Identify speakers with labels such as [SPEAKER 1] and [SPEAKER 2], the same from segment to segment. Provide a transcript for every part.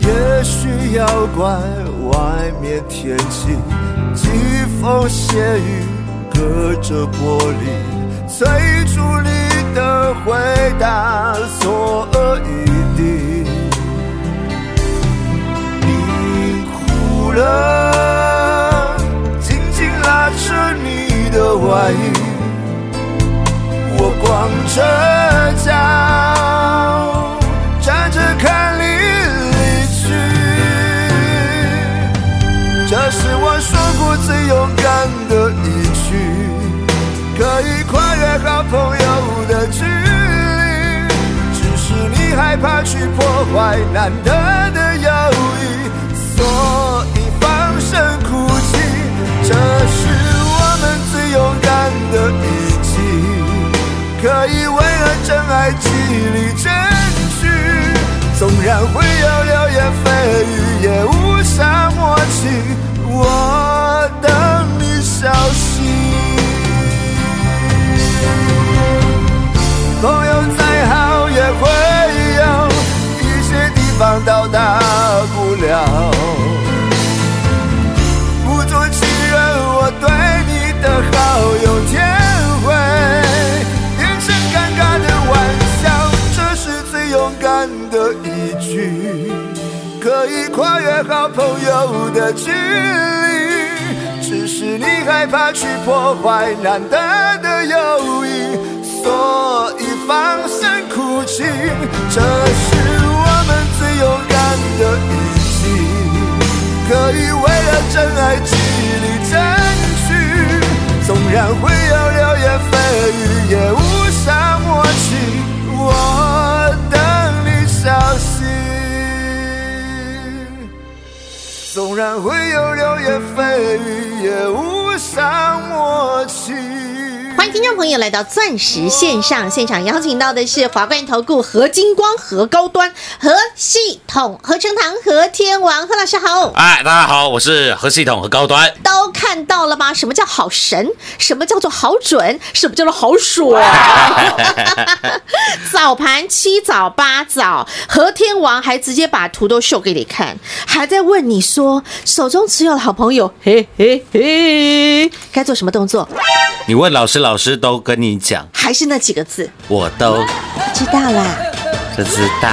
[SPEAKER 1] 也许要怪外面天气，疾风斜雨隔着玻璃，催促你的回答错愕一地。你哭了，紧紧拉着你的外衣，我光着脚站着看你离去。这是我说过最勇敢的一句，可以跨越好朋友的距离。只是你害怕去破坏难得的友谊，所以放声哭泣。这是我们最勇敢的一击，可以为了真爱极力争取。纵然会有流言蜚语，也无伤默契。我等你消息。朋友再好，也会有一些地方到达不了。不做情人，我对你的好有天会变成尴尬的玩笑，这是最勇敢的一句，可以跨越好朋友的距离。只是你害怕去破坏难得的友谊，所以放声哭泣。这是我们最勇敢的一击。可以为了真爱极力争取，纵然会有流言蜚语，也无伤默契。我等你消息，纵然会有流言蜚语，也无伤默契。
[SPEAKER 2] 欢迎听众朋友来到钻石线上现场，邀请到的是华冠投顾何金光、何高端、何系统、何成堂、何天王，何老师好。
[SPEAKER 3] 哎，大家好，我是何系统和高端。
[SPEAKER 2] 都看到了吗？什么叫好神？什么叫做好准？什么叫做好爽？ 早盘七早八早，何天王还直接把图都秀给你看，还在问你说手中持有的好朋友，嘿嘿嘿，该做什么动作？
[SPEAKER 3] 你问老师，老师都跟你讲，
[SPEAKER 2] 还是那几个字，
[SPEAKER 3] 我都
[SPEAKER 2] 知道啦。
[SPEAKER 3] 不知道。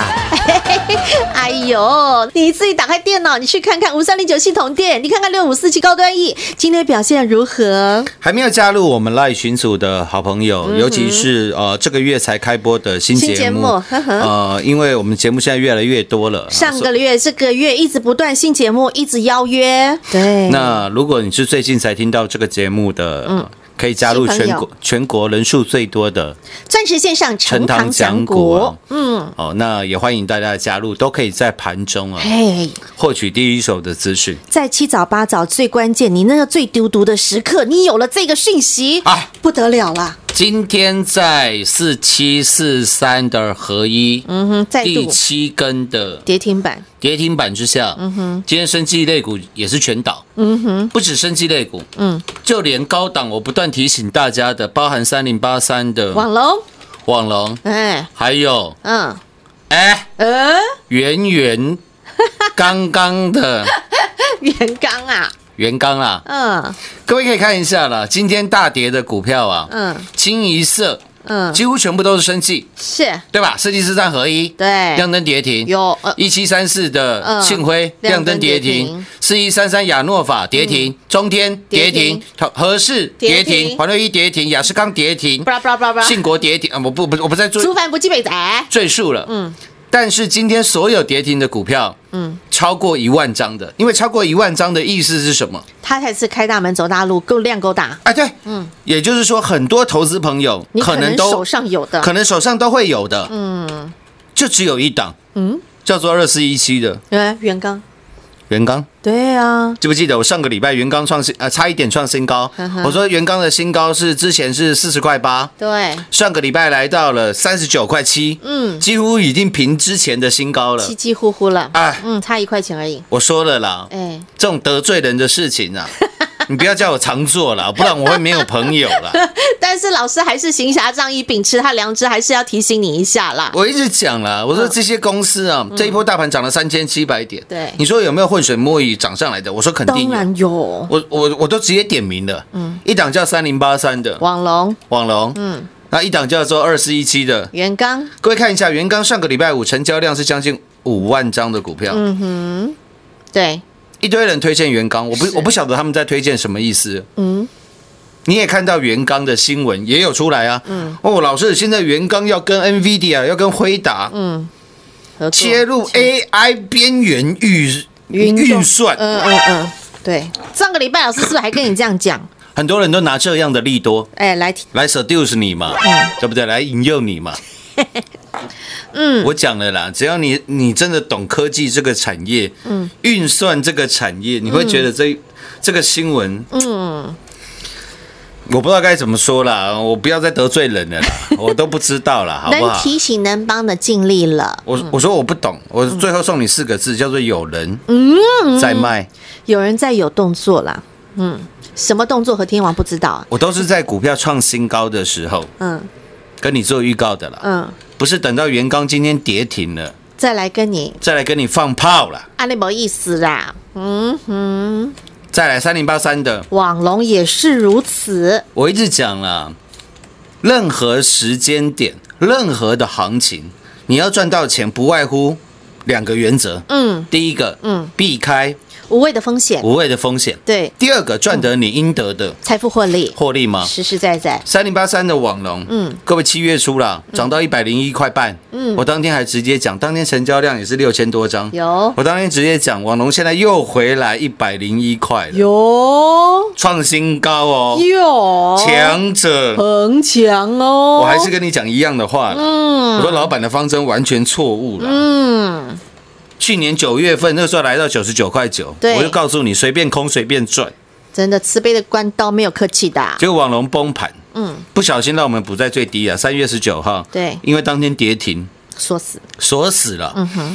[SPEAKER 2] 哎呦，你自己打开电脑，你去看看五三零九系统店，你看看六五四七高端 E 今天表现如何？
[SPEAKER 3] 还没有加入我们赖群组的好朋友，尤其是呃这个月才开播的新节目，
[SPEAKER 2] 嗯新节目呵呵
[SPEAKER 3] 呃，因为我们节目现在越来越多了，
[SPEAKER 2] 上
[SPEAKER 3] 所
[SPEAKER 2] 个月、这个月一直不断新节目，一直邀约。对，
[SPEAKER 3] 那如果你是最近才听到这个节目的，嗯、可以加入
[SPEAKER 2] 新朋友
[SPEAKER 3] 全国全国人数最多的
[SPEAKER 2] 钻石线上呈堂讲
[SPEAKER 3] 国
[SPEAKER 2] 股，，嗯，
[SPEAKER 3] 哦，那也欢迎大家的加入，都可以在盘中啊
[SPEAKER 2] 嘿，
[SPEAKER 3] 获取第一手的资讯。
[SPEAKER 2] 在七早八早最关键，你那个最丢毒的时刻，你有了这个讯息，
[SPEAKER 3] 啊
[SPEAKER 2] 不得了啦！
[SPEAKER 3] 今天在四七四三的合一，嗯
[SPEAKER 2] 哼再度
[SPEAKER 3] 第七根的
[SPEAKER 2] 跌停板，
[SPEAKER 3] 跌停板之下，嗯哼，今天生技类股也是全倒，嗯哼，不止生技类股，嗯，就连高档我不断提醒大家的，包含三零八三的
[SPEAKER 2] 网龙，
[SPEAKER 3] 网龙，
[SPEAKER 2] 哎，
[SPEAKER 3] 还有
[SPEAKER 2] 嗯，
[SPEAKER 3] 哎
[SPEAKER 2] 呃，
[SPEAKER 3] 圆圆刚刚的
[SPEAKER 2] 元刚啊，
[SPEAKER 3] 元刚啦，
[SPEAKER 2] 嗯
[SPEAKER 3] 各位可以看一下啦，今天大跌的股票啊，
[SPEAKER 2] 嗯
[SPEAKER 3] 清一色
[SPEAKER 2] 嗯，
[SPEAKER 3] 几乎全部都是生技，
[SPEAKER 2] 是
[SPEAKER 3] 对吧？设计师站合一，
[SPEAKER 2] 对
[SPEAKER 3] 亮灯跌停，
[SPEAKER 2] 有呃
[SPEAKER 3] 一七三四的
[SPEAKER 2] 嗯
[SPEAKER 3] 庆辉
[SPEAKER 2] 亮
[SPEAKER 3] 亮
[SPEAKER 2] 灯
[SPEAKER 3] 灯
[SPEAKER 2] 跌
[SPEAKER 3] 跌
[SPEAKER 2] 停
[SPEAKER 3] 停，四一三三亚诺法跌停，中天
[SPEAKER 2] 跌
[SPEAKER 3] 跌
[SPEAKER 2] 停
[SPEAKER 3] 停，合适
[SPEAKER 2] 跌
[SPEAKER 3] 跌
[SPEAKER 2] 停
[SPEAKER 3] 停，环瑞一跌停，雅士康跌停
[SPEAKER 2] 布，拉布拉布拉布拉，
[SPEAKER 3] 信国跌停啊！我不不，我不再赘
[SPEAKER 2] 竹凡不记北仔，
[SPEAKER 3] 赘述了。嗯，但是今天所有跌停的股票，嗯，超过一万张的，因为超过一万张的意思是什么？
[SPEAKER 2] 它才是开大门走大路，够量够大。
[SPEAKER 3] 啊，对，嗯，也就是说，很多投资朋友
[SPEAKER 2] 你
[SPEAKER 3] 可
[SPEAKER 2] 可
[SPEAKER 3] 能
[SPEAKER 2] 能
[SPEAKER 3] 都
[SPEAKER 2] 手上有的，
[SPEAKER 3] 可能手上都会有的，嗯，就只有一档，嗯，叫做二四一七的
[SPEAKER 2] 哎，元刚，
[SPEAKER 3] 元刚，
[SPEAKER 2] 对啊，
[SPEAKER 3] 记不记得我上个礼拜元刚创新啊、差一点创新高
[SPEAKER 2] 嗯，哼
[SPEAKER 3] 我说元刚的新高是之前是四十块八，
[SPEAKER 2] 对，
[SPEAKER 3] 上个礼拜来到了三十九块七，
[SPEAKER 2] 嗯，
[SPEAKER 3] 几乎已经平之前的新高了
[SPEAKER 2] 稀。稀乎乎了，
[SPEAKER 3] 哎
[SPEAKER 2] 嗯，差一块钱而已，
[SPEAKER 3] 我说了啦，
[SPEAKER 2] 哎，
[SPEAKER 3] 这种得罪人的事情啊， 你不要叫我常做了，不然我会没有朋友 了。
[SPEAKER 2] 但是老师还是行侠仗义，秉持他良知，还是要提醒你一下啦。
[SPEAKER 3] 我一直讲了，我
[SPEAKER 2] 嗯
[SPEAKER 3] 说这些公司啊，这一波大盘涨了三千七百点，
[SPEAKER 2] 对
[SPEAKER 3] 你说有没有浑水摸鱼涨上来的？我说肯定
[SPEAKER 2] 当
[SPEAKER 3] 有，
[SPEAKER 2] 然有，
[SPEAKER 3] 我我我都直接点名了，嗯，一档叫三零八三的
[SPEAKER 2] 网龙、
[SPEAKER 3] 网龙，嗯，那一档叫做二四一七的，
[SPEAKER 2] 元刚，
[SPEAKER 3] 各位看一下，元刚上个礼拜五成交量是将近五万张的股票，
[SPEAKER 2] 嗯哼，对，
[SPEAKER 3] 一堆人推荐元刚，我不
[SPEAKER 2] 是
[SPEAKER 3] 我不晓得他们在推荐什么意思。
[SPEAKER 2] 嗯，
[SPEAKER 3] 你也看到元刚的新闻也有出来啊。嗯，哦，老师，现在元刚要跟 NVIDIA 要跟辉达
[SPEAKER 2] 嗯合作
[SPEAKER 3] 切入 AI 边缘运
[SPEAKER 2] 嗯运动
[SPEAKER 3] 运算，
[SPEAKER 2] 嗯嗯嗯，对，上个礼拜老师是不是还跟你这样讲？
[SPEAKER 3] 很多人都拿这样的利多
[SPEAKER 2] 哎，来提，
[SPEAKER 3] 来 seduce 你嘛，对不对？来引诱你嘛。嗯，我讲了啦，只要你你真的懂科技这个产业，嗯，运算这个产业，你会觉得这、这个新闻，嗯，我不知道该怎么说啦，我不要再得罪人了啦，我都不知道啦，好不
[SPEAKER 2] 能
[SPEAKER 3] 好？
[SPEAKER 2] 提醒能帮的尽力了。
[SPEAKER 3] 我我说我不懂，我最后送你四个字，叫做有人在卖。
[SPEAKER 2] 有人在有动作啦，嗯，什么动作和天王不知道啊？
[SPEAKER 3] 我都是在股票创新高的时候
[SPEAKER 2] 嗯
[SPEAKER 3] 跟你做预告的啦，
[SPEAKER 2] 嗯，
[SPEAKER 3] 不是等到元刚今天跌停了
[SPEAKER 2] 再来跟你，
[SPEAKER 3] 再来跟你放炮啦。
[SPEAKER 2] 啊，那没意思啦。嗯哼，
[SPEAKER 3] 再来三零八三的，
[SPEAKER 2] 网龙也是如此，
[SPEAKER 3] 我一直讲啦，任何时间点、任何的行情，你要赚到钱，不外乎两个原则。
[SPEAKER 2] 嗯，
[SPEAKER 3] 第一个，
[SPEAKER 2] 嗯，
[SPEAKER 3] 避开
[SPEAKER 2] 无谓的风险，
[SPEAKER 3] 无谓的风险；
[SPEAKER 2] 对，
[SPEAKER 3] 第二个，赚得你应得的
[SPEAKER 2] 财富获利，
[SPEAKER 3] 获利吗？
[SPEAKER 2] 实实在在，
[SPEAKER 3] 三零八三的网龙，
[SPEAKER 2] 嗯
[SPEAKER 3] 嗯，各位七月初啦，涨到一百零一块半，嗯，我当天还直接讲，当天成交量也是六千多张，
[SPEAKER 2] 有
[SPEAKER 3] 我当天直接讲，网龙现在又回来一百零一块了，
[SPEAKER 2] 有
[SPEAKER 3] 创新高哦，
[SPEAKER 2] 有，
[SPEAKER 3] 强者，
[SPEAKER 2] 很强哦，
[SPEAKER 3] 我还是跟你讲一样的话啦，我
[SPEAKER 2] 嗯
[SPEAKER 3] 说老板的方针完全错误了。
[SPEAKER 2] 嗯，
[SPEAKER 3] 去年九月份那个时候来到九十九块九，
[SPEAKER 2] 对啊
[SPEAKER 3] 我就告诉你随便空随便赚，
[SPEAKER 2] 真的慈悲的关刀没有客气的啊，
[SPEAKER 3] 结果网龙崩盘，
[SPEAKER 2] 嗯，
[SPEAKER 3] 不小心让我们补在最低啊，三月十九号，
[SPEAKER 2] 对嗯
[SPEAKER 3] 因为当天跌停，
[SPEAKER 2] 说死，
[SPEAKER 3] 锁死了。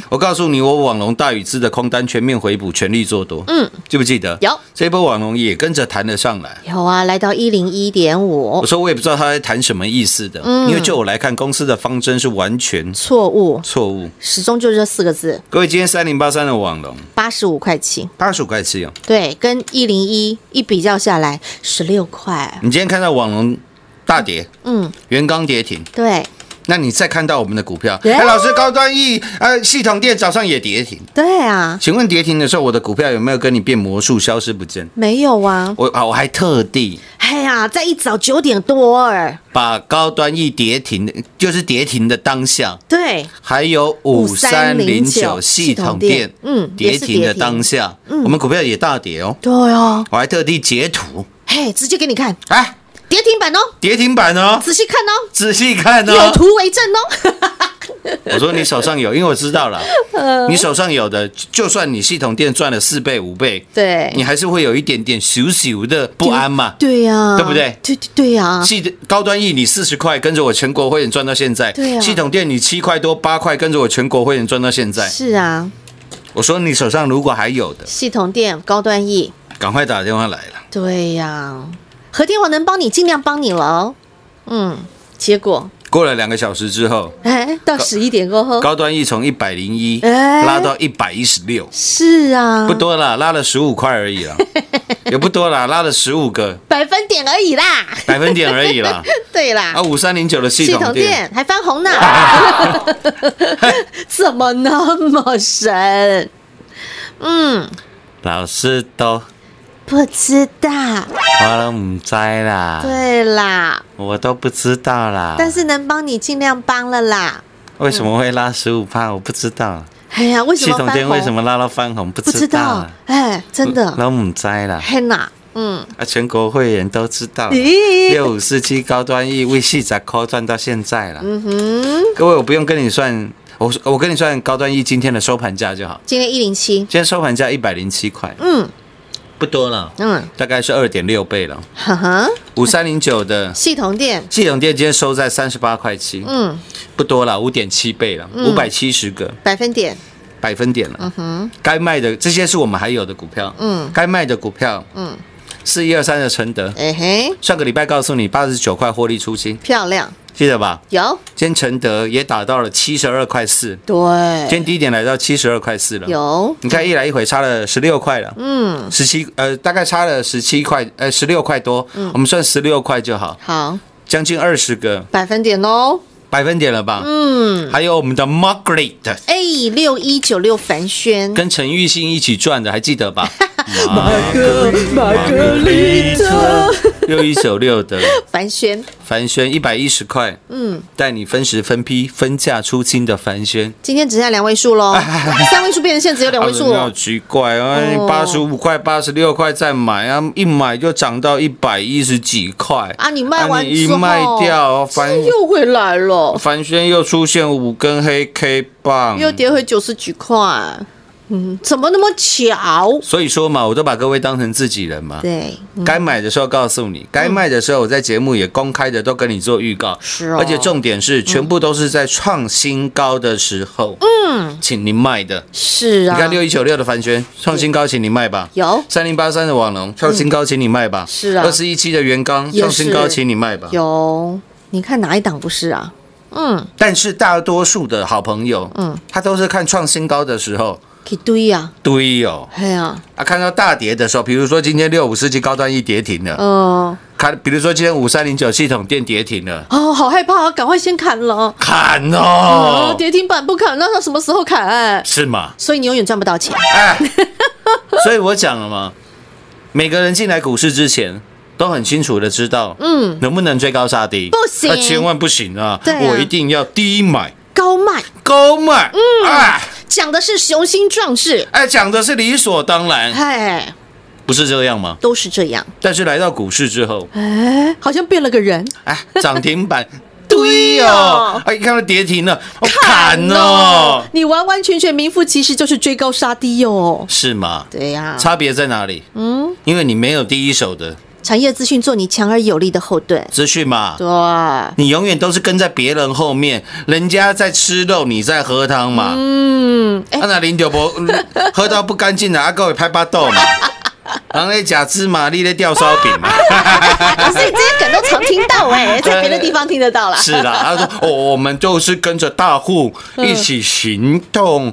[SPEAKER 3] 我告诉你，我网龙大禹之的空单全面回补，全力做多。嗯，记不记得？
[SPEAKER 2] 有
[SPEAKER 3] 这一波网龙也跟着弹了上来。
[SPEAKER 2] 有啊，来到一零一点五
[SPEAKER 3] 我，说我也不知道他在谈什么意思的，
[SPEAKER 2] 嗯
[SPEAKER 3] 因为就我来看，公司的方针是完全
[SPEAKER 2] 错误，
[SPEAKER 3] 错误。
[SPEAKER 2] 始终就这四个字，
[SPEAKER 3] 各位，今天三零八三的网龙
[SPEAKER 2] 八十五块起，
[SPEAKER 3] 八十五块七哦，
[SPEAKER 2] 对，跟一零一一比较下来，十六块，
[SPEAKER 3] 你今天看到网龙大跌，
[SPEAKER 2] 嗯，
[SPEAKER 3] 元刚跌停，
[SPEAKER 2] 对
[SPEAKER 3] 那你再看到我们的股票，
[SPEAKER 2] 耶
[SPEAKER 3] 哎，老师高端 E 呃系统店早上也跌停，
[SPEAKER 2] 对啊，
[SPEAKER 3] 请问跌停的时候，我的股票有没有跟你变魔术消失不见？
[SPEAKER 2] 没有啊，
[SPEAKER 3] 我啊我还特地
[SPEAKER 2] 哎呀，在一早九点多哎，
[SPEAKER 3] 把高端一跌停的，就是跌停的当下，
[SPEAKER 2] 对，
[SPEAKER 3] 还有五三零
[SPEAKER 2] 5309
[SPEAKER 3] 九系统店，
[SPEAKER 2] 嗯也
[SPEAKER 3] 跌
[SPEAKER 2] 是
[SPEAKER 3] 停
[SPEAKER 2] 跌
[SPEAKER 3] 的
[SPEAKER 2] 停嗯
[SPEAKER 3] 当下，我们股票也大跌哦，
[SPEAKER 2] 对哦，
[SPEAKER 3] 我还特地截图，
[SPEAKER 2] 嘿，直接给你看
[SPEAKER 3] 哎，
[SPEAKER 2] 跌停板哦，
[SPEAKER 3] 跌停板哦，
[SPEAKER 2] 仔细看哦，
[SPEAKER 3] 仔细看
[SPEAKER 2] 有
[SPEAKER 3] 哦，
[SPEAKER 2] 图为证哦，
[SPEAKER 3] 我说你手上有，因为我知道了，
[SPEAKER 2] 嗯
[SPEAKER 3] 你手上有的，就算你系统店赚了四倍五倍，
[SPEAKER 2] 对
[SPEAKER 3] 你还是会有一点点羞羞的不安嘛。
[SPEAKER 2] 对呀、
[SPEAKER 3] 对不对
[SPEAKER 2] 对对对呀、
[SPEAKER 3] 系高端 E 你四十块跟着我全国会员赚到现在，
[SPEAKER 2] 对啊
[SPEAKER 3] 系统店你七块多八块跟着我全国会员赚到现在，
[SPEAKER 2] 是啊，
[SPEAKER 3] 我说你手上如果还有的，
[SPEAKER 2] 系统店高端 E，
[SPEAKER 3] 赶快打电话来了。
[SPEAKER 2] 对呀、和天王能帮你尽量帮你了哦，嗯，结果
[SPEAKER 3] 过了两个小时之后，
[SPEAKER 2] 哎，到十一点过后
[SPEAKER 3] 高端易从一百零一
[SPEAKER 2] 哎
[SPEAKER 3] 拉到一百一十六，
[SPEAKER 2] 是啊，
[SPEAKER 3] 不多啦，拉了十五块而 已啦，也不多啦，拉了十五个
[SPEAKER 2] 百分点而已啦，
[SPEAKER 3] 百分点而 已啦。
[SPEAKER 2] 对啦，
[SPEAKER 3] 啊，五三零九的系
[SPEAKER 2] 系
[SPEAKER 3] 统
[SPEAKER 2] 统
[SPEAKER 3] 店，
[SPEAKER 2] 店还翻 红呢，怎么那么神？嗯，
[SPEAKER 3] 老师都
[SPEAKER 2] 不知道，
[SPEAKER 3] 我都唔知啦，
[SPEAKER 2] 对啦，
[SPEAKER 3] 我都不知道啦。
[SPEAKER 2] 但是能帮你尽量帮了啦。
[SPEAKER 3] 为什么会拉十五趴？我不知道。
[SPEAKER 2] 哎呀，为什
[SPEAKER 3] 系
[SPEAKER 2] 么
[SPEAKER 3] 统
[SPEAKER 2] 翻
[SPEAKER 3] 店
[SPEAKER 2] 红？
[SPEAKER 3] 为什么拉到翻红？不啊
[SPEAKER 2] 不知道
[SPEAKER 3] 啦？
[SPEAKER 2] 哎，真的，
[SPEAKER 3] 老母栽啦！
[SPEAKER 2] 嘿呐，嗯，
[SPEAKER 3] 啊，全国会员都知道啦，
[SPEAKER 2] 咦
[SPEAKER 3] 六五四七高端 E 为细仔抠赚到现在了。嗯哼，各位，我不用跟你算，我我跟你算高端 E 今天的收盘价就好。
[SPEAKER 2] 今天一零七，
[SPEAKER 3] 今天收盘价一百零七块，
[SPEAKER 2] 嗯
[SPEAKER 3] 不多了，
[SPEAKER 2] 嗯，
[SPEAKER 3] 大概是二点六倍了。
[SPEAKER 2] 呵呵，
[SPEAKER 3] 五三零九的
[SPEAKER 2] 系统店，
[SPEAKER 3] 系统店今天收在三十八块七，
[SPEAKER 2] 嗯，
[SPEAKER 3] 不多了，五点七倍了，五百七十个
[SPEAKER 2] 百分点，
[SPEAKER 3] 百分点了。嗯哼，该卖的这些是我们还有的股票，
[SPEAKER 2] 嗯
[SPEAKER 3] 该卖的股票，嗯，四一二三的承德，
[SPEAKER 2] 哎嘿，
[SPEAKER 3] 上个礼拜告诉你八十九块获利出清，
[SPEAKER 2] 漂亮，
[SPEAKER 3] 记得吧？
[SPEAKER 2] 有，
[SPEAKER 3] 今天承德也打到了七十二块四，今
[SPEAKER 2] 对，
[SPEAKER 3] 天低点来到七十二块四了。
[SPEAKER 2] 有，
[SPEAKER 3] 你看一来一回差了十六块了，
[SPEAKER 2] 嗯，
[SPEAKER 3] 十七呃大概差了十七块呃十六块多，
[SPEAKER 2] 嗯
[SPEAKER 3] 我们算十六块就好，
[SPEAKER 2] 好，
[SPEAKER 3] 将近二十个
[SPEAKER 2] 百分点哦，
[SPEAKER 3] 百分点了吧？
[SPEAKER 2] 嗯，
[SPEAKER 3] 还有我们的 Margaret
[SPEAKER 2] 哎，六一九六凡轩，
[SPEAKER 3] 跟陈玉信一起赚的，还记得 吧？啊
[SPEAKER 2] 玛格丽特，
[SPEAKER 3] 六一九六的
[SPEAKER 2] 凡轩，
[SPEAKER 3] 凡轩一百一十块，
[SPEAKER 2] 嗯，
[SPEAKER 3] 带你分时分批分价出清的凡轩。
[SPEAKER 2] 今天只剩下两位数 喽，三位数变成现在只有两位数
[SPEAKER 3] 啊没有
[SPEAKER 2] 哦，
[SPEAKER 3] 奇怪啊！
[SPEAKER 2] 哦
[SPEAKER 3] 八十五块、八十六块再买啊，一买就涨到一百一十几块
[SPEAKER 2] 啊，你卖完
[SPEAKER 3] 啊你一
[SPEAKER 2] 之后，
[SPEAKER 3] 卖掉，凡嗯
[SPEAKER 2] 是又回来了，
[SPEAKER 3] 凡轩又出现五根黑 K 棒，
[SPEAKER 2] 又跌回九十几块，嗯，怎么那么巧？
[SPEAKER 3] 所以说嘛，我都把各位当成自己人嘛。
[SPEAKER 2] 对，嗯
[SPEAKER 3] 该买的时候告诉你，该卖的时候我在节目也公开的都跟你做预告，
[SPEAKER 2] 是哦嗯
[SPEAKER 3] 而且重点是全部都是在创新高的时候，嗯，请您卖的。
[SPEAKER 2] 是
[SPEAKER 3] 你
[SPEAKER 2] 啊，
[SPEAKER 3] 看六一九六的凡轩创新高，请你卖吧。
[SPEAKER 2] 有嗯
[SPEAKER 3] 三零八三的网龙创新高，请你卖吧。
[SPEAKER 2] 是啊
[SPEAKER 3] 二十一期的元刚
[SPEAKER 2] 也是
[SPEAKER 3] 创新高，请你卖吧。
[SPEAKER 2] 有，你看哪一档不是啊？嗯，
[SPEAKER 3] 但是大多数的好朋友，
[SPEAKER 2] 嗯
[SPEAKER 3] 嗯，他都是看创新高的时候
[SPEAKER 2] 可以堆呀，
[SPEAKER 3] 堆哦，
[SPEAKER 2] 哎呀，
[SPEAKER 3] 啊，看到大跌的时候，比如说今天六五四七高端一跌停了，
[SPEAKER 2] 嗯，
[SPEAKER 3] 看，比如说今天五三零九系统电跌停了，
[SPEAKER 2] 哦，好害怕啊，赶快先砍了。
[SPEAKER 3] 砍
[SPEAKER 2] 哦
[SPEAKER 3] 哦，，
[SPEAKER 2] 跌停板不砍，那到什么时候砍？
[SPEAKER 3] 是吗？
[SPEAKER 2] 所以你永远赚不到钱。
[SPEAKER 3] 哎，所以我讲了嘛，每个人进来股市之前。都很清楚的知道，
[SPEAKER 2] 嗯
[SPEAKER 3] 嗯，能不能追高杀低？
[SPEAKER 2] 不行
[SPEAKER 3] 那千万不行啊！
[SPEAKER 2] 对啊
[SPEAKER 3] 我一定要低买
[SPEAKER 2] 高卖
[SPEAKER 3] 高卖，嗯，哎
[SPEAKER 2] 讲的是雄心壮志，
[SPEAKER 3] 哎，讲的是理所当然，
[SPEAKER 2] 哎，
[SPEAKER 3] 不是这样吗？
[SPEAKER 2] 都是这样。
[SPEAKER 3] 但是来到股市之后，
[SPEAKER 2] 哎，好像变了个人。，
[SPEAKER 3] 哎，涨停板对
[SPEAKER 2] 对哦
[SPEAKER 3] 哦，哎，一看到跌停了，我砍哦，
[SPEAKER 2] 你完完全全名副其实就是追高杀低哦。
[SPEAKER 3] 是吗？
[SPEAKER 2] 对呀、
[SPEAKER 3] 差别在哪里？
[SPEAKER 2] 嗯，
[SPEAKER 3] 因为你没有第一手的
[SPEAKER 2] 产业资讯做你强而有力的后盾。
[SPEAKER 3] 资讯嘛，
[SPEAKER 2] 对，啊
[SPEAKER 3] 你永远都是跟在别人后面，人家在吃肉，你在喝汤嘛。
[SPEAKER 2] 嗯，哎、
[SPEAKER 3] 啊，那林九博 喝到不干净的，阿各位拍巴豆 嘛，然后那假芝麻粒在吊烧饼嘛。
[SPEAKER 2] 老师，你这些梗都常听到哎、在别的地方听得到啦。
[SPEAKER 3] 是啦，他说哦，我们就是跟着大户一起行动，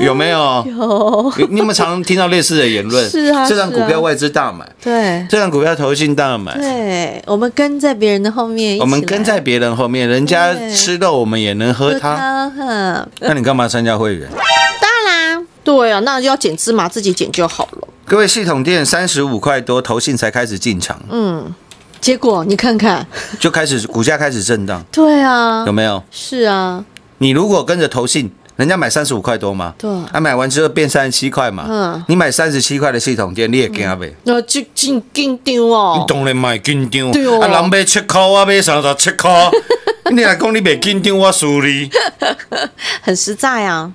[SPEAKER 3] 有没有？
[SPEAKER 2] 有，
[SPEAKER 3] 你你有没有常听到类似的言论？
[SPEAKER 2] 哎是啊
[SPEAKER 3] 这张
[SPEAKER 2] 是啊
[SPEAKER 3] 股票外资大买，
[SPEAKER 2] 对
[SPEAKER 3] 这张股票投信大买，
[SPEAKER 2] 对，我们跟在别人的后面一起来，
[SPEAKER 3] 我们跟在别人后面，人家
[SPEAKER 2] 对
[SPEAKER 3] 吃肉我们也能喝
[SPEAKER 2] 喝
[SPEAKER 3] 汤。
[SPEAKER 2] 汤，哼，
[SPEAKER 3] 那你干嘛参加会员？
[SPEAKER 2] 当然啦，对啊，那就要剪芝麻自己剪就好了。
[SPEAKER 3] 各位系统店三十五块多，投信才开始进场，
[SPEAKER 2] 嗯结果你看看，
[SPEAKER 3] 就开始股价开始震荡，
[SPEAKER 2] 对啊
[SPEAKER 3] 有，没有？
[SPEAKER 2] 是啊，
[SPEAKER 3] 你如果跟着投信，人家买三十五块多嘛，
[SPEAKER 2] 对
[SPEAKER 3] 啊，买完之后变三十七块嘛，
[SPEAKER 2] 嗯
[SPEAKER 3] 你买三十七块的系统店，你也惊呗？
[SPEAKER 2] 那哦就进进丢哦
[SPEAKER 3] 你，当然买紧张，
[SPEAKER 2] 对哦
[SPEAKER 3] 啊，人买七块，我买三十七 块。你若讲你袂紧张，我输你，
[SPEAKER 2] 很实在啊，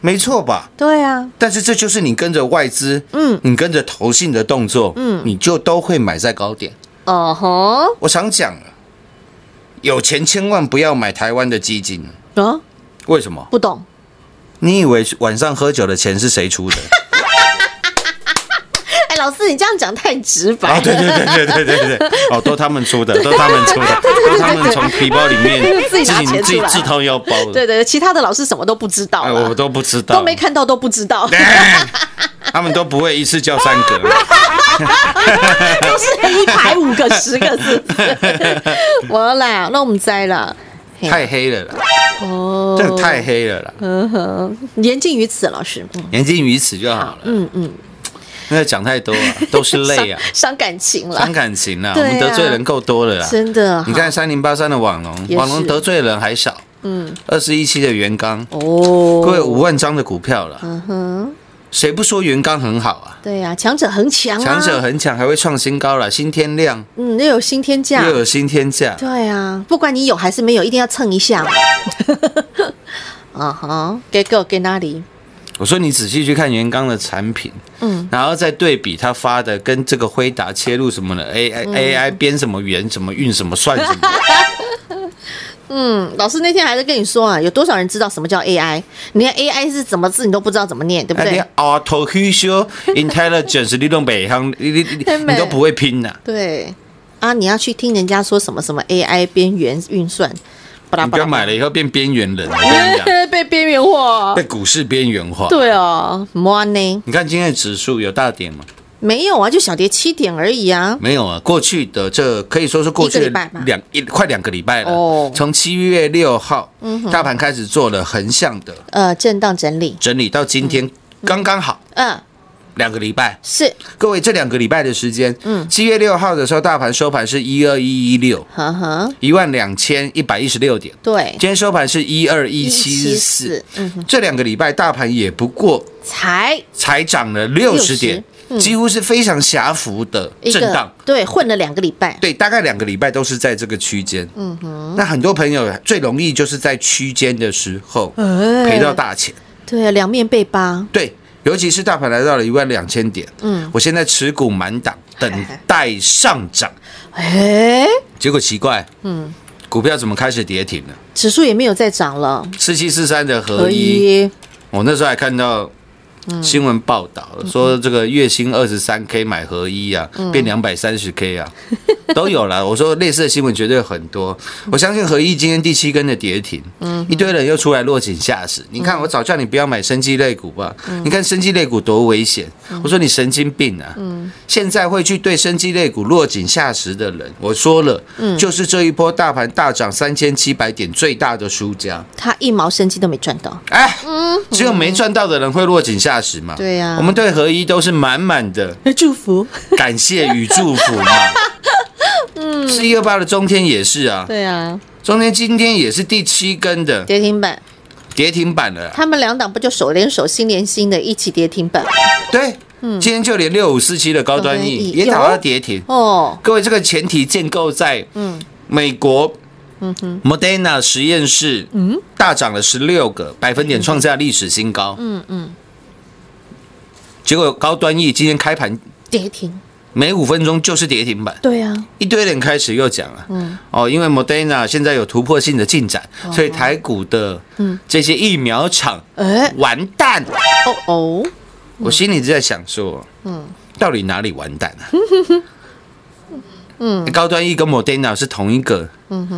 [SPEAKER 3] 没错吧？
[SPEAKER 2] 对啊，
[SPEAKER 3] 但是这就是你跟着外资，
[SPEAKER 2] 嗯
[SPEAKER 3] 嗯，你跟着投信的动作，嗯，你就都会买在高点。
[SPEAKER 2] 哦吼，
[SPEAKER 3] 我常讲了，有钱千万不要买台湾的基金，
[SPEAKER 2] 啊，
[SPEAKER 3] 为什么？
[SPEAKER 2] 不懂，
[SPEAKER 3] 你以为晚上喝酒的钱是谁出的？
[SPEAKER 2] 哎，老师，你这样讲太直白
[SPEAKER 3] 啊，
[SPEAKER 2] 了，
[SPEAKER 3] 对对对对对对 对，哦，都他们出的，都他们出 的，都他们从皮包里面
[SPEAKER 2] 自己拿钱出
[SPEAKER 3] 自己
[SPEAKER 2] 来
[SPEAKER 3] 自掏腰包的。
[SPEAKER 2] 对对，其他的老师什么都不知道
[SPEAKER 3] 哎，
[SPEAKER 2] 啦
[SPEAKER 3] 我都不知道，
[SPEAKER 2] 都没看到都不知 道，
[SPEAKER 3] 他们都不会一次叫三个，
[SPEAKER 2] 都是一排五个、十个字。 我啦，那我们栽了。嘿
[SPEAKER 3] 太黑了啦，
[SPEAKER 2] 哦，
[SPEAKER 3] 这太黑了啦，
[SPEAKER 2] 嗯哼，言尽于此，老师，嗯
[SPEAKER 3] 言尽于此就好了。
[SPEAKER 2] 嗯嗯，
[SPEAKER 3] 那讲太多了，都是泪啊，
[SPEAKER 2] 伤伤感情了
[SPEAKER 3] 伤，感情啊，我
[SPEAKER 2] 对啊
[SPEAKER 3] 们得罪人够多了啦。
[SPEAKER 2] 真的。啊
[SPEAKER 3] 你看三零八三的网龙，
[SPEAKER 2] 也是
[SPEAKER 3] 网龙得罪人还少，嗯，二十一期的元刚，
[SPEAKER 2] 哦，
[SPEAKER 3] 各位五万张的股票了，
[SPEAKER 2] 嗯哼，
[SPEAKER 3] 谁不说元刚很好啊？
[SPEAKER 2] 对呀、强者恒强啊，
[SPEAKER 3] 强者恒强，还会创新高了，新天量
[SPEAKER 2] 嗯，又有新天价，
[SPEAKER 3] 又有新天价，
[SPEAKER 2] 对啊，不管你有还是没有，一定要蹭一下嘛。 啊哈，给够给哪里？
[SPEAKER 3] 我说你仔细去看元刚的产品，
[SPEAKER 2] 嗯，
[SPEAKER 3] 然后再对比他发的跟这个辉达切入什么的 AI、AI 编什么元什么运什么算什 么，
[SPEAKER 2] 嗯，老师那天还在跟你说啊，有多少人知道什么叫 AI？你连 AI 是怎么字你都不知道怎么念，对不
[SPEAKER 3] 哎，
[SPEAKER 2] 对？
[SPEAKER 3] 你 artificial intelligence 你弄北航，你你你你都不会拼 呐、
[SPEAKER 2] 对啊，你要去听人家说什么什么 AI 边缘运算，巴拉
[SPEAKER 3] 你
[SPEAKER 2] 巴
[SPEAKER 3] 不
[SPEAKER 2] 拉
[SPEAKER 3] 要买了以后变边缘人，我跟你讲，
[SPEAKER 2] 被边缘化
[SPEAKER 3] 被。股市边缘化。
[SPEAKER 2] 哦对哦，么呢？
[SPEAKER 3] 你看今天的指数有大跌吗？
[SPEAKER 2] 没有啊，就小跌七点而已啊。
[SPEAKER 3] 没有啊，过去的这可以说是过去
[SPEAKER 2] 一个
[SPEAKER 3] 的
[SPEAKER 2] 礼拜吧
[SPEAKER 3] 两一快两个礼拜了。
[SPEAKER 2] 哦嗯
[SPEAKER 3] 从七月六号，大盘开始做了横向的
[SPEAKER 2] 呃，震荡整理，
[SPEAKER 3] 整理，到今天刚刚好
[SPEAKER 2] 嗯、
[SPEAKER 3] 两个礼拜。
[SPEAKER 2] 是，
[SPEAKER 3] 各位，这两个礼拜的时间，嗯，七月六号的时候，大盘收盘是一二一一六，
[SPEAKER 2] 呵呵，
[SPEAKER 3] 一万两千一百一十六点。
[SPEAKER 2] 对
[SPEAKER 3] 今，天收盘是一二一七
[SPEAKER 2] 174
[SPEAKER 3] 四
[SPEAKER 2] 嗯，
[SPEAKER 3] 这两个礼拜大盘也不过
[SPEAKER 2] 才
[SPEAKER 3] 才涨了六十嗯点，几乎是非常狭幅的
[SPEAKER 2] 一
[SPEAKER 3] 震
[SPEAKER 2] 个
[SPEAKER 3] 荡。
[SPEAKER 2] 对混了两个礼拜，
[SPEAKER 3] 对，大概两个礼拜都是在这个区间。嗯哼，那很多朋友最容易就是在区间的时候赔到大钱。
[SPEAKER 2] 对啊，两面被扒，
[SPEAKER 3] 对，尤其是大盘来到了一万两千点，嗯，我现在持股满档，等待上涨。
[SPEAKER 2] 哎，
[SPEAKER 3] 结果奇怪，嗯，股票怎么开始跌停了？
[SPEAKER 2] 指数也没有再涨了，
[SPEAKER 3] 四七四三的合
[SPEAKER 2] 可
[SPEAKER 3] 一，
[SPEAKER 2] 以，
[SPEAKER 3] 我那时候还看到新闻报道说，这个月薪二十三 K 买合一啊，变两百三十 K 啊，都有了。 我说类似的新闻绝对很多，我相信合一今天第七根的跌停，一堆人又出来落井下石。你看，我早叫你不要买生技类股吧，你看生技类股多危险。我说你神经病啊！现在会去对生技类股落井下石的人，我说了，就是这一波大盘大涨三千七百点最大的输家。
[SPEAKER 2] 他一毛生机都没赚到，
[SPEAKER 3] 哎，只有没赚到的人会落井下石嘛。
[SPEAKER 2] 对呀
[SPEAKER 3] 我们对合一都是满满的
[SPEAKER 2] 哎祝福，
[SPEAKER 3] 感谢与祝福嘛。 嗯，四一二八的中天也是啊，
[SPEAKER 2] 对啊，
[SPEAKER 3] 中天今天也是第七根的
[SPEAKER 2] 跌停板，
[SPEAKER 3] 跌停板了啊。
[SPEAKER 2] 他们两档不就手连手心连心的一起跌停板
[SPEAKER 3] 对，今天就连六五四七的高端
[SPEAKER 2] 高端 E，
[SPEAKER 3] E 也打到跌停。
[SPEAKER 2] 哦，
[SPEAKER 3] 各位，这个前提建构在嗯美国。嗯 m o d e n a 实验室嗯大涨了十六个百分点，创下历史新高。嗯嗯，结果高端 E 今天开盘
[SPEAKER 2] 跌停，
[SPEAKER 3] 每五分钟就是跌停板，
[SPEAKER 2] 对啊，
[SPEAKER 3] 一堆人开始又讲了，哦，因为 Moderna 现在有突破性的进展，所以台股的这些疫苗厂
[SPEAKER 2] 哎，
[SPEAKER 3] 完蛋，
[SPEAKER 2] 哦哦，
[SPEAKER 3] 我心里就在想说，到底哪里完蛋啊？欸高端疫跟 Moderna 是同一个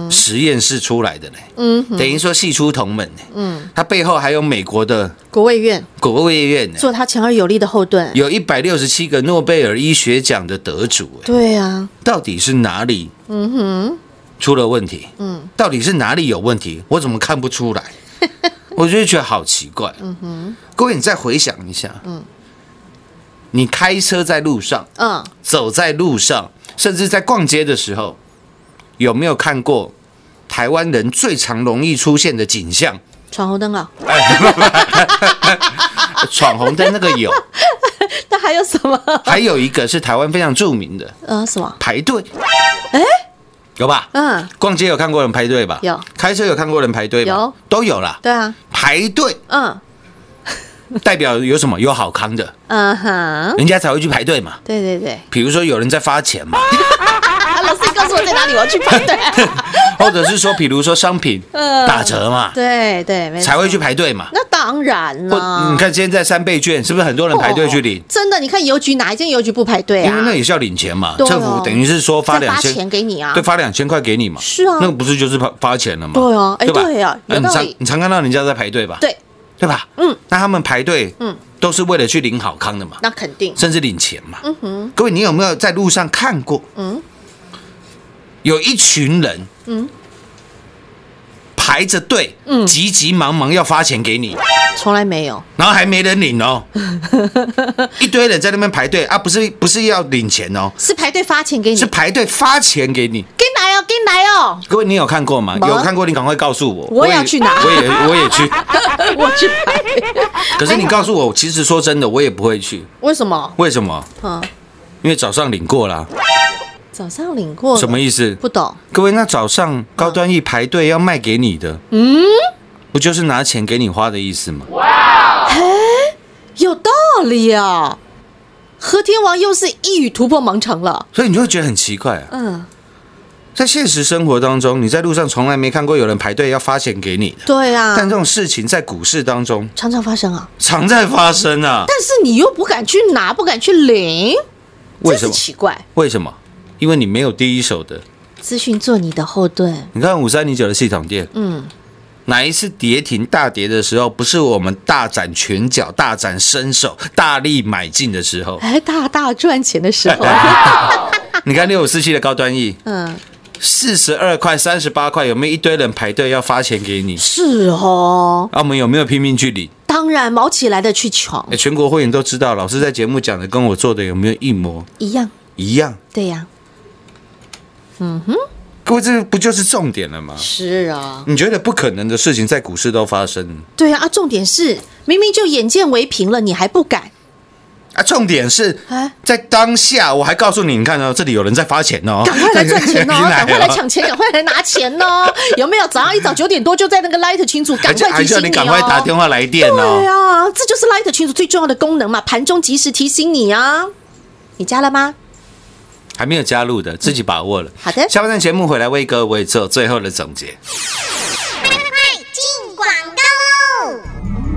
[SPEAKER 3] 实验室出来的嘞，等于说系出同门嘞，它背后还有美国的
[SPEAKER 2] 国卫院
[SPEAKER 3] 国卫院呢，
[SPEAKER 2] 做他强而有力的后盾，
[SPEAKER 3] 有一百六十七个诺贝尔医学奖的得主哎。
[SPEAKER 2] 对啊，
[SPEAKER 3] 到底是哪里？嗯哼，出了问题。嗯，到底是哪里有问题？我怎么看不出来？我就觉得好奇怪。嗯哼，各位，你再回想一下。嗯，你开车在路上，
[SPEAKER 2] 嗯，
[SPEAKER 3] 走在路上，甚至在逛街的时候，有没有看过台湾人最常容易出现的景象？
[SPEAKER 2] 闯红灯啊，
[SPEAKER 3] 闯红灯那个有，
[SPEAKER 2] 那还有什么？
[SPEAKER 3] 还有一个是台湾非常著名的
[SPEAKER 2] 呃，什么？
[SPEAKER 3] 排队。哎，有吧？
[SPEAKER 2] 嗯，
[SPEAKER 3] 逛街有看过人排队吧？
[SPEAKER 2] 有
[SPEAKER 3] 开车有看过人排队吧？
[SPEAKER 2] 有，
[SPEAKER 3] 都有啦。
[SPEAKER 2] 对啊，
[SPEAKER 3] 排队
[SPEAKER 2] 嗯
[SPEAKER 3] 代表有什么？有好康的，
[SPEAKER 2] 嗯哼，
[SPEAKER 3] 人家才会去排队嘛。
[SPEAKER 2] 对对对，
[SPEAKER 3] 比如说有人在发 钱嘛，
[SPEAKER 2] 啊，老师你告诉我在哪里，我要去排队。
[SPEAKER 3] 或者是说，比如说商品
[SPEAKER 2] 嗯
[SPEAKER 3] 打折嘛，
[SPEAKER 2] 对对，没错
[SPEAKER 3] 才会去。排队嘛。
[SPEAKER 2] 那当然
[SPEAKER 3] 或嗯
[SPEAKER 2] 啦，
[SPEAKER 3] 你看现在三倍券是不是很多人排队去领
[SPEAKER 2] 哦？真的，你看邮局哪一间邮局不排队啊？
[SPEAKER 3] 因为那也是要领钱嘛，
[SPEAKER 2] 对哦
[SPEAKER 3] 政府等于是说发
[SPEAKER 2] 再
[SPEAKER 3] 两千
[SPEAKER 2] 钱给你啊。
[SPEAKER 3] 对，发两千块给你嘛。
[SPEAKER 2] 是啊
[SPEAKER 3] 那个不是就是发发钱了吗？
[SPEAKER 2] 对啊哎
[SPEAKER 3] 吧
[SPEAKER 2] 对啊有
[SPEAKER 3] 那你
[SPEAKER 2] 道
[SPEAKER 3] 常
[SPEAKER 2] 理
[SPEAKER 3] 你常看到人家在排队吧？
[SPEAKER 2] 对
[SPEAKER 3] 对吧？嗯，那他们排队，嗯，都是为了去领好康的嘛。
[SPEAKER 2] 那肯定。
[SPEAKER 3] 甚至领钱嘛。
[SPEAKER 2] 嗯
[SPEAKER 3] 各位，你有没有在路上看过？有一群人，
[SPEAKER 2] 嗯
[SPEAKER 3] 排着队，急急忙忙要发钱给你，
[SPEAKER 2] 从来没有。
[SPEAKER 3] 然后还没人 领哦，一堆人在那边排队啊，不是不是要领钱哦，
[SPEAKER 2] 是排队发钱给你，
[SPEAKER 3] 是排队发钱给你，
[SPEAKER 2] 给哪呀？哦，进来哦，
[SPEAKER 3] 各位，你有看过吗？
[SPEAKER 2] 没
[SPEAKER 3] 有看过，你赶快告诉我。
[SPEAKER 2] 啊我也要去拿
[SPEAKER 3] 我也我 也去。
[SPEAKER 2] 我去拍。
[SPEAKER 3] 可是你告诉我，其实说真的，我也不会去。
[SPEAKER 2] 为什么？
[SPEAKER 3] 为什么？
[SPEAKER 2] 嗯，
[SPEAKER 3] 因为早上领过啦。
[SPEAKER 2] 早上领过了
[SPEAKER 3] 什么意思？
[SPEAKER 2] 不懂。
[SPEAKER 3] 各位，那早上高端一排队要卖给你的，嗯，不就是拿钱给你花的意思吗？
[SPEAKER 2] 有道理啊！和天王又是一语突破盲肠了。
[SPEAKER 3] 所以你就会觉得很奇怪啊。
[SPEAKER 2] 嗯，
[SPEAKER 3] 在现实生活当中，你在路上从来没看过有人排队要发钱给你的，
[SPEAKER 2] 对啊，
[SPEAKER 3] 但这种事情在股市当中
[SPEAKER 2] 常常发生啊。
[SPEAKER 3] 常在发生啊。
[SPEAKER 2] 但是你又不敢去拿，不敢去领，
[SPEAKER 3] 为
[SPEAKER 2] 真
[SPEAKER 3] 什
[SPEAKER 2] 是
[SPEAKER 3] 么？
[SPEAKER 2] 奇怪。
[SPEAKER 3] 为什么？因为你没有第一手的。
[SPEAKER 2] 资讯做你的后盾，
[SPEAKER 3] 你看五三零九的系统店，
[SPEAKER 2] 嗯，
[SPEAKER 3] 哪一次跌停大跌的时候，不是我们大展拳脚、大展身手、大力买进的时候？
[SPEAKER 2] 哎，大大赚钱的时候，啊
[SPEAKER 3] 你看六五四七的高端 E，
[SPEAKER 2] 嗯，
[SPEAKER 3] 四十二块、三十八块，有没有一堆人排队要发钱给 你？
[SPEAKER 2] 是哦，
[SPEAKER 3] 啊，我们有没有拼命去领？
[SPEAKER 2] 当然毛起来的去抢
[SPEAKER 3] 哎，全国会员都知道，老师在节目讲的跟我做的有没有一模
[SPEAKER 2] 一样，
[SPEAKER 3] 一样？
[SPEAKER 2] 对呀、
[SPEAKER 3] 各位，这不就是重点了吗？
[SPEAKER 2] 是啊，
[SPEAKER 3] 你觉得不可能的事情在股市都发生
[SPEAKER 2] 对呀、啊，重点是明明就眼见为凭了，你还不敢，
[SPEAKER 3] 啊？重点是
[SPEAKER 2] 哎
[SPEAKER 3] 在当下，我还告诉你，你看哦，这里有人在发钱哦，
[SPEAKER 2] 赶快来赚钱哦，
[SPEAKER 3] 你
[SPEAKER 2] 赶快来
[SPEAKER 3] 哦
[SPEAKER 2] 抢钱，赶快来拿钱哦， 有没有？早上一早九点多就在那个 Light 群组，赶
[SPEAKER 3] 还叫
[SPEAKER 2] 快
[SPEAKER 3] 还
[SPEAKER 2] 提
[SPEAKER 3] 叫
[SPEAKER 2] 醒
[SPEAKER 3] 你
[SPEAKER 2] 哦，
[SPEAKER 3] 赶快打电话来电
[SPEAKER 2] 对
[SPEAKER 3] 哦。
[SPEAKER 2] 啊，这就是 Light 群组最重要的功能嘛，盘中及时提醒你啊。你加了吗？
[SPEAKER 3] 还没有加入的，自己把握了。
[SPEAKER 2] 好的
[SPEAKER 3] 下半段节目回来为各位做最后的总结。
[SPEAKER 4] 进广告喽！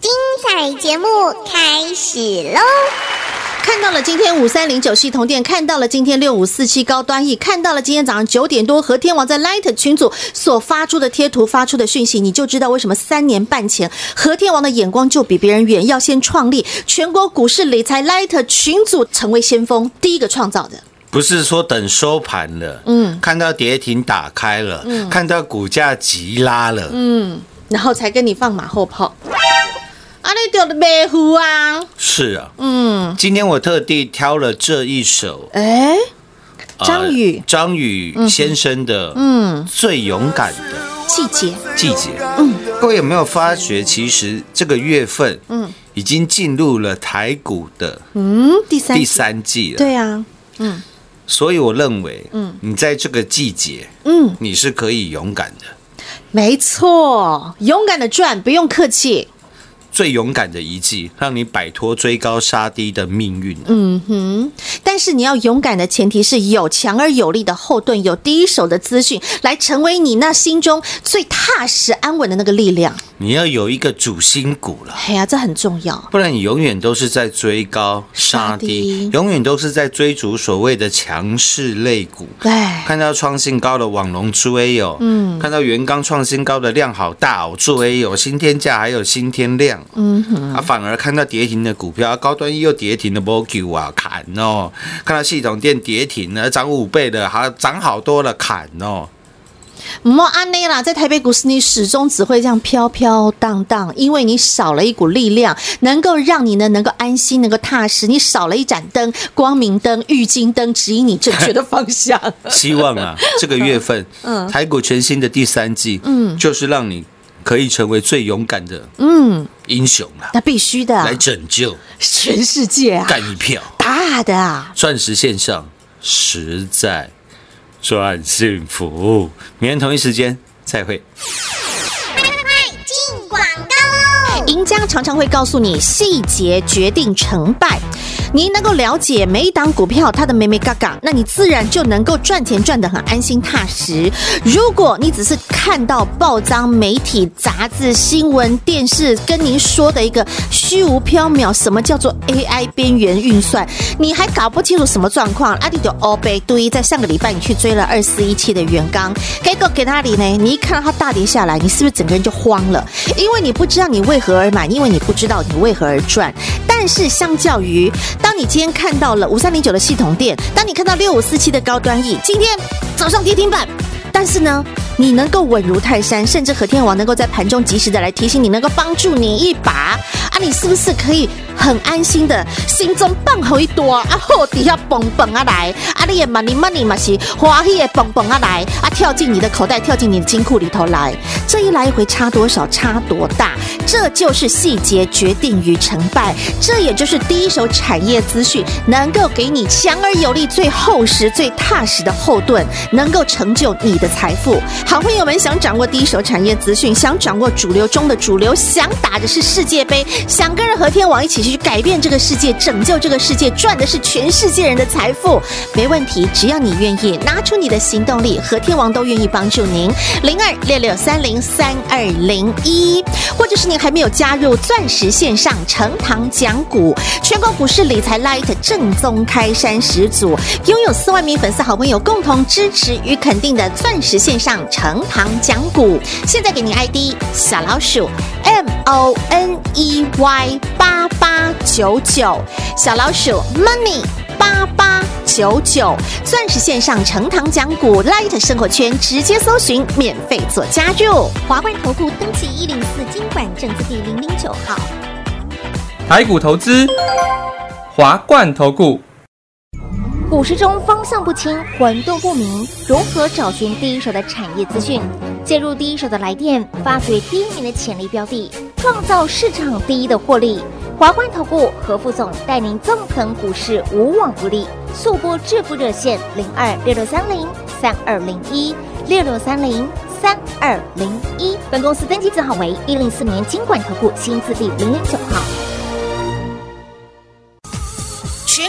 [SPEAKER 4] 精彩节目开始喽！
[SPEAKER 2] 看到了今天五三零九系统店，看到了今天六五四七高端 E，看到了今天早上九点多和天王在 Light 群组所发出的贴图、发出的讯息，你就知道为什么三年半前和天王的眼光就比别人远，要先创立全国股市理财 Light 群组，成为先锋，第一个创造的。
[SPEAKER 3] 不是说等收盘了，嗯，看到跌停打开了，嗯，看到股价急拉了，嗯，
[SPEAKER 2] 然后才跟你放马后炮。啊，你丢的白虎啊！
[SPEAKER 3] 是啊，嗯，今天我特地挑了这一首
[SPEAKER 2] 哎，
[SPEAKER 3] 呃
[SPEAKER 2] 张宇
[SPEAKER 3] 张宇先生的，嗯，最勇敢的
[SPEAKER 2] 季节
[SPEAKER 3] 季节，嗯，各位有没有发觉，其实这个月份，嗯，已经进入了台股的
[SPEAKER 2] 嗯，第三
[SPEAKER 3] 第三季了，
[SPEAKER 2] 对啊，
[SPEAKER 3] 所以我认为，嗯，你在这个季节，
[SPEAKER 2] 嗯，
[SPEAKER 3] 你是可以勇敢的，
[SPEAKER 2] 没错，勇敢的赚，不用客气。
[SPEAKER 3] 最勇敢的一季，让你摆脱追高杀低的命运。
[SPEAKER 2] 嗯哼，但是你要勇敢的前提是有强而有力的后盾，有第一手的资讯，来成为你那心中最踏实安稳的那个力量。
[SPEAKER 3] 你要有一个主心骨了。
[SPEAKER 2] 哎呀，这很重要。
[SPEAKER 3] 不然你永远都是在追高杀
[SPEAKER 2] 杀
[SPEAKER 3] 低
[SPEAKER 2] 低，
[SPEAKER 3] 永远都是在追逐所谓的强势类股。
[SPEAKER 2] 对，
[SPEAKER 3] 看到创新高的网龙追哦，嗯，看到元刚创新高的量好大哦，追哦，新天价还有新天量，嗯哼，啊，反而看到跌停的股票，啊高端又跌停的 b o 啊，砍哦，看到系统店跌停了，涨五倍的，还涨好多了，砍哦，
[SPEAKER 2] 莫安内啦，在台北股市，你始终只会这样飘飘荡荡，因为你少了一股力量，能够让你呢能够安心，能够踏实。你少了一盏灯，光明灯、郁金灯，指引你正确的方向。
[SPEAKER 3] 希望 啊，这个月份，嗯，台股全新的第三季，嗯，就是让你可以成为最勇敢的，嗯，英雄啊，
[SPEAKER 2] 那必须的啊，
[SPEAKER 3] 来拯救，
[SPEAKER 2] 全世界啊，
[SPEAKER 3] 干一票。
[SPEAKER 2] 大的啊，
[SPEAKER 3] 钻石线上实在赚幸福。明天同一时间再会。
[SPEAKER 2] 赢家常常会告诉你，细节决定成败。你能够了解每一档股票它的美美嘎嘎，那你自然就能够赚钱赚得很安心踏实。如果你只是看到报章、媒体、杂志、新闻、电视跟您说的一个虚无缥缈，什么叫做 AI 边缘运算，你还搞不清楚什么状况，阿弟就欧贝对。在上个礼拜你去追了二四一七的元刚，结果给那里呢？你一看到它大跌下来，你是不是整个人就慌了？因为你不知道你为何而买，因为你不知道你为何而赚。但是相较于，当你今天看到了五三零九的系统店，当你看到六五四七的高端 E，今天早上跌停板，但是呢，你能够稳如泰山，甚至和天王能够在盘中及时的来提醒你，能够帮助你一把啊！你是不是可以很安心的，心中棒吼一朵啊，后底下蹦蹦啊来啊，你也 money money 嘛是花也蹦蹦啊来啊，跳进你的口袋，跳进你的金库里头来，这一来一回差多少，差多大？这就是细节决定于成败，这也就是第一手产业资讯能够给你强而有力、最厚实、最踏实的后盾，能够成就你的财富。好朋友们，想掌握第一手产业资讯，想掌握主流中的主流，想打的是世界杯，想跟着和天王一起去改变这个世界，拯救这个世界，赚的是全世界人的财富，没问题，只要你愿意拿出你的行动力，和天王都愿意帮助您。零二六六三零三二零一，或者是您还没有加入钻石线上成堂讲股，全国股市理财 Light 正宗开山始祖，拥有四万名粉丝好朋友共同支持与肯定的钻石线上成堂讲股，现在给您 ID 小老鼠 M O N E Y 八八九九，小老鼠 Money 八八。九九钻石线上成堂讲股 Light 生活圈，直接搜寻免费做加入。
[SPEAKER 4] 华冠投顾登记一零四经管证字第零零九号。
[SPEAKER 5] 台股投资，华冠投顾。
[SPEAKER 4] 股市中方向不清、混沌不明，如何找寻第一手的产业资讯？介入第一手的来电，发掘第一名的潜力标的，创造市场第一的获利。华冠投顾何副总带领纵横股市，无往不利。速播致富热线零二六六三零三二零一六六三零三二零一。本公司登记字号为一零四年经管投顾新字第零零九号。
[SPEAKER 6] 全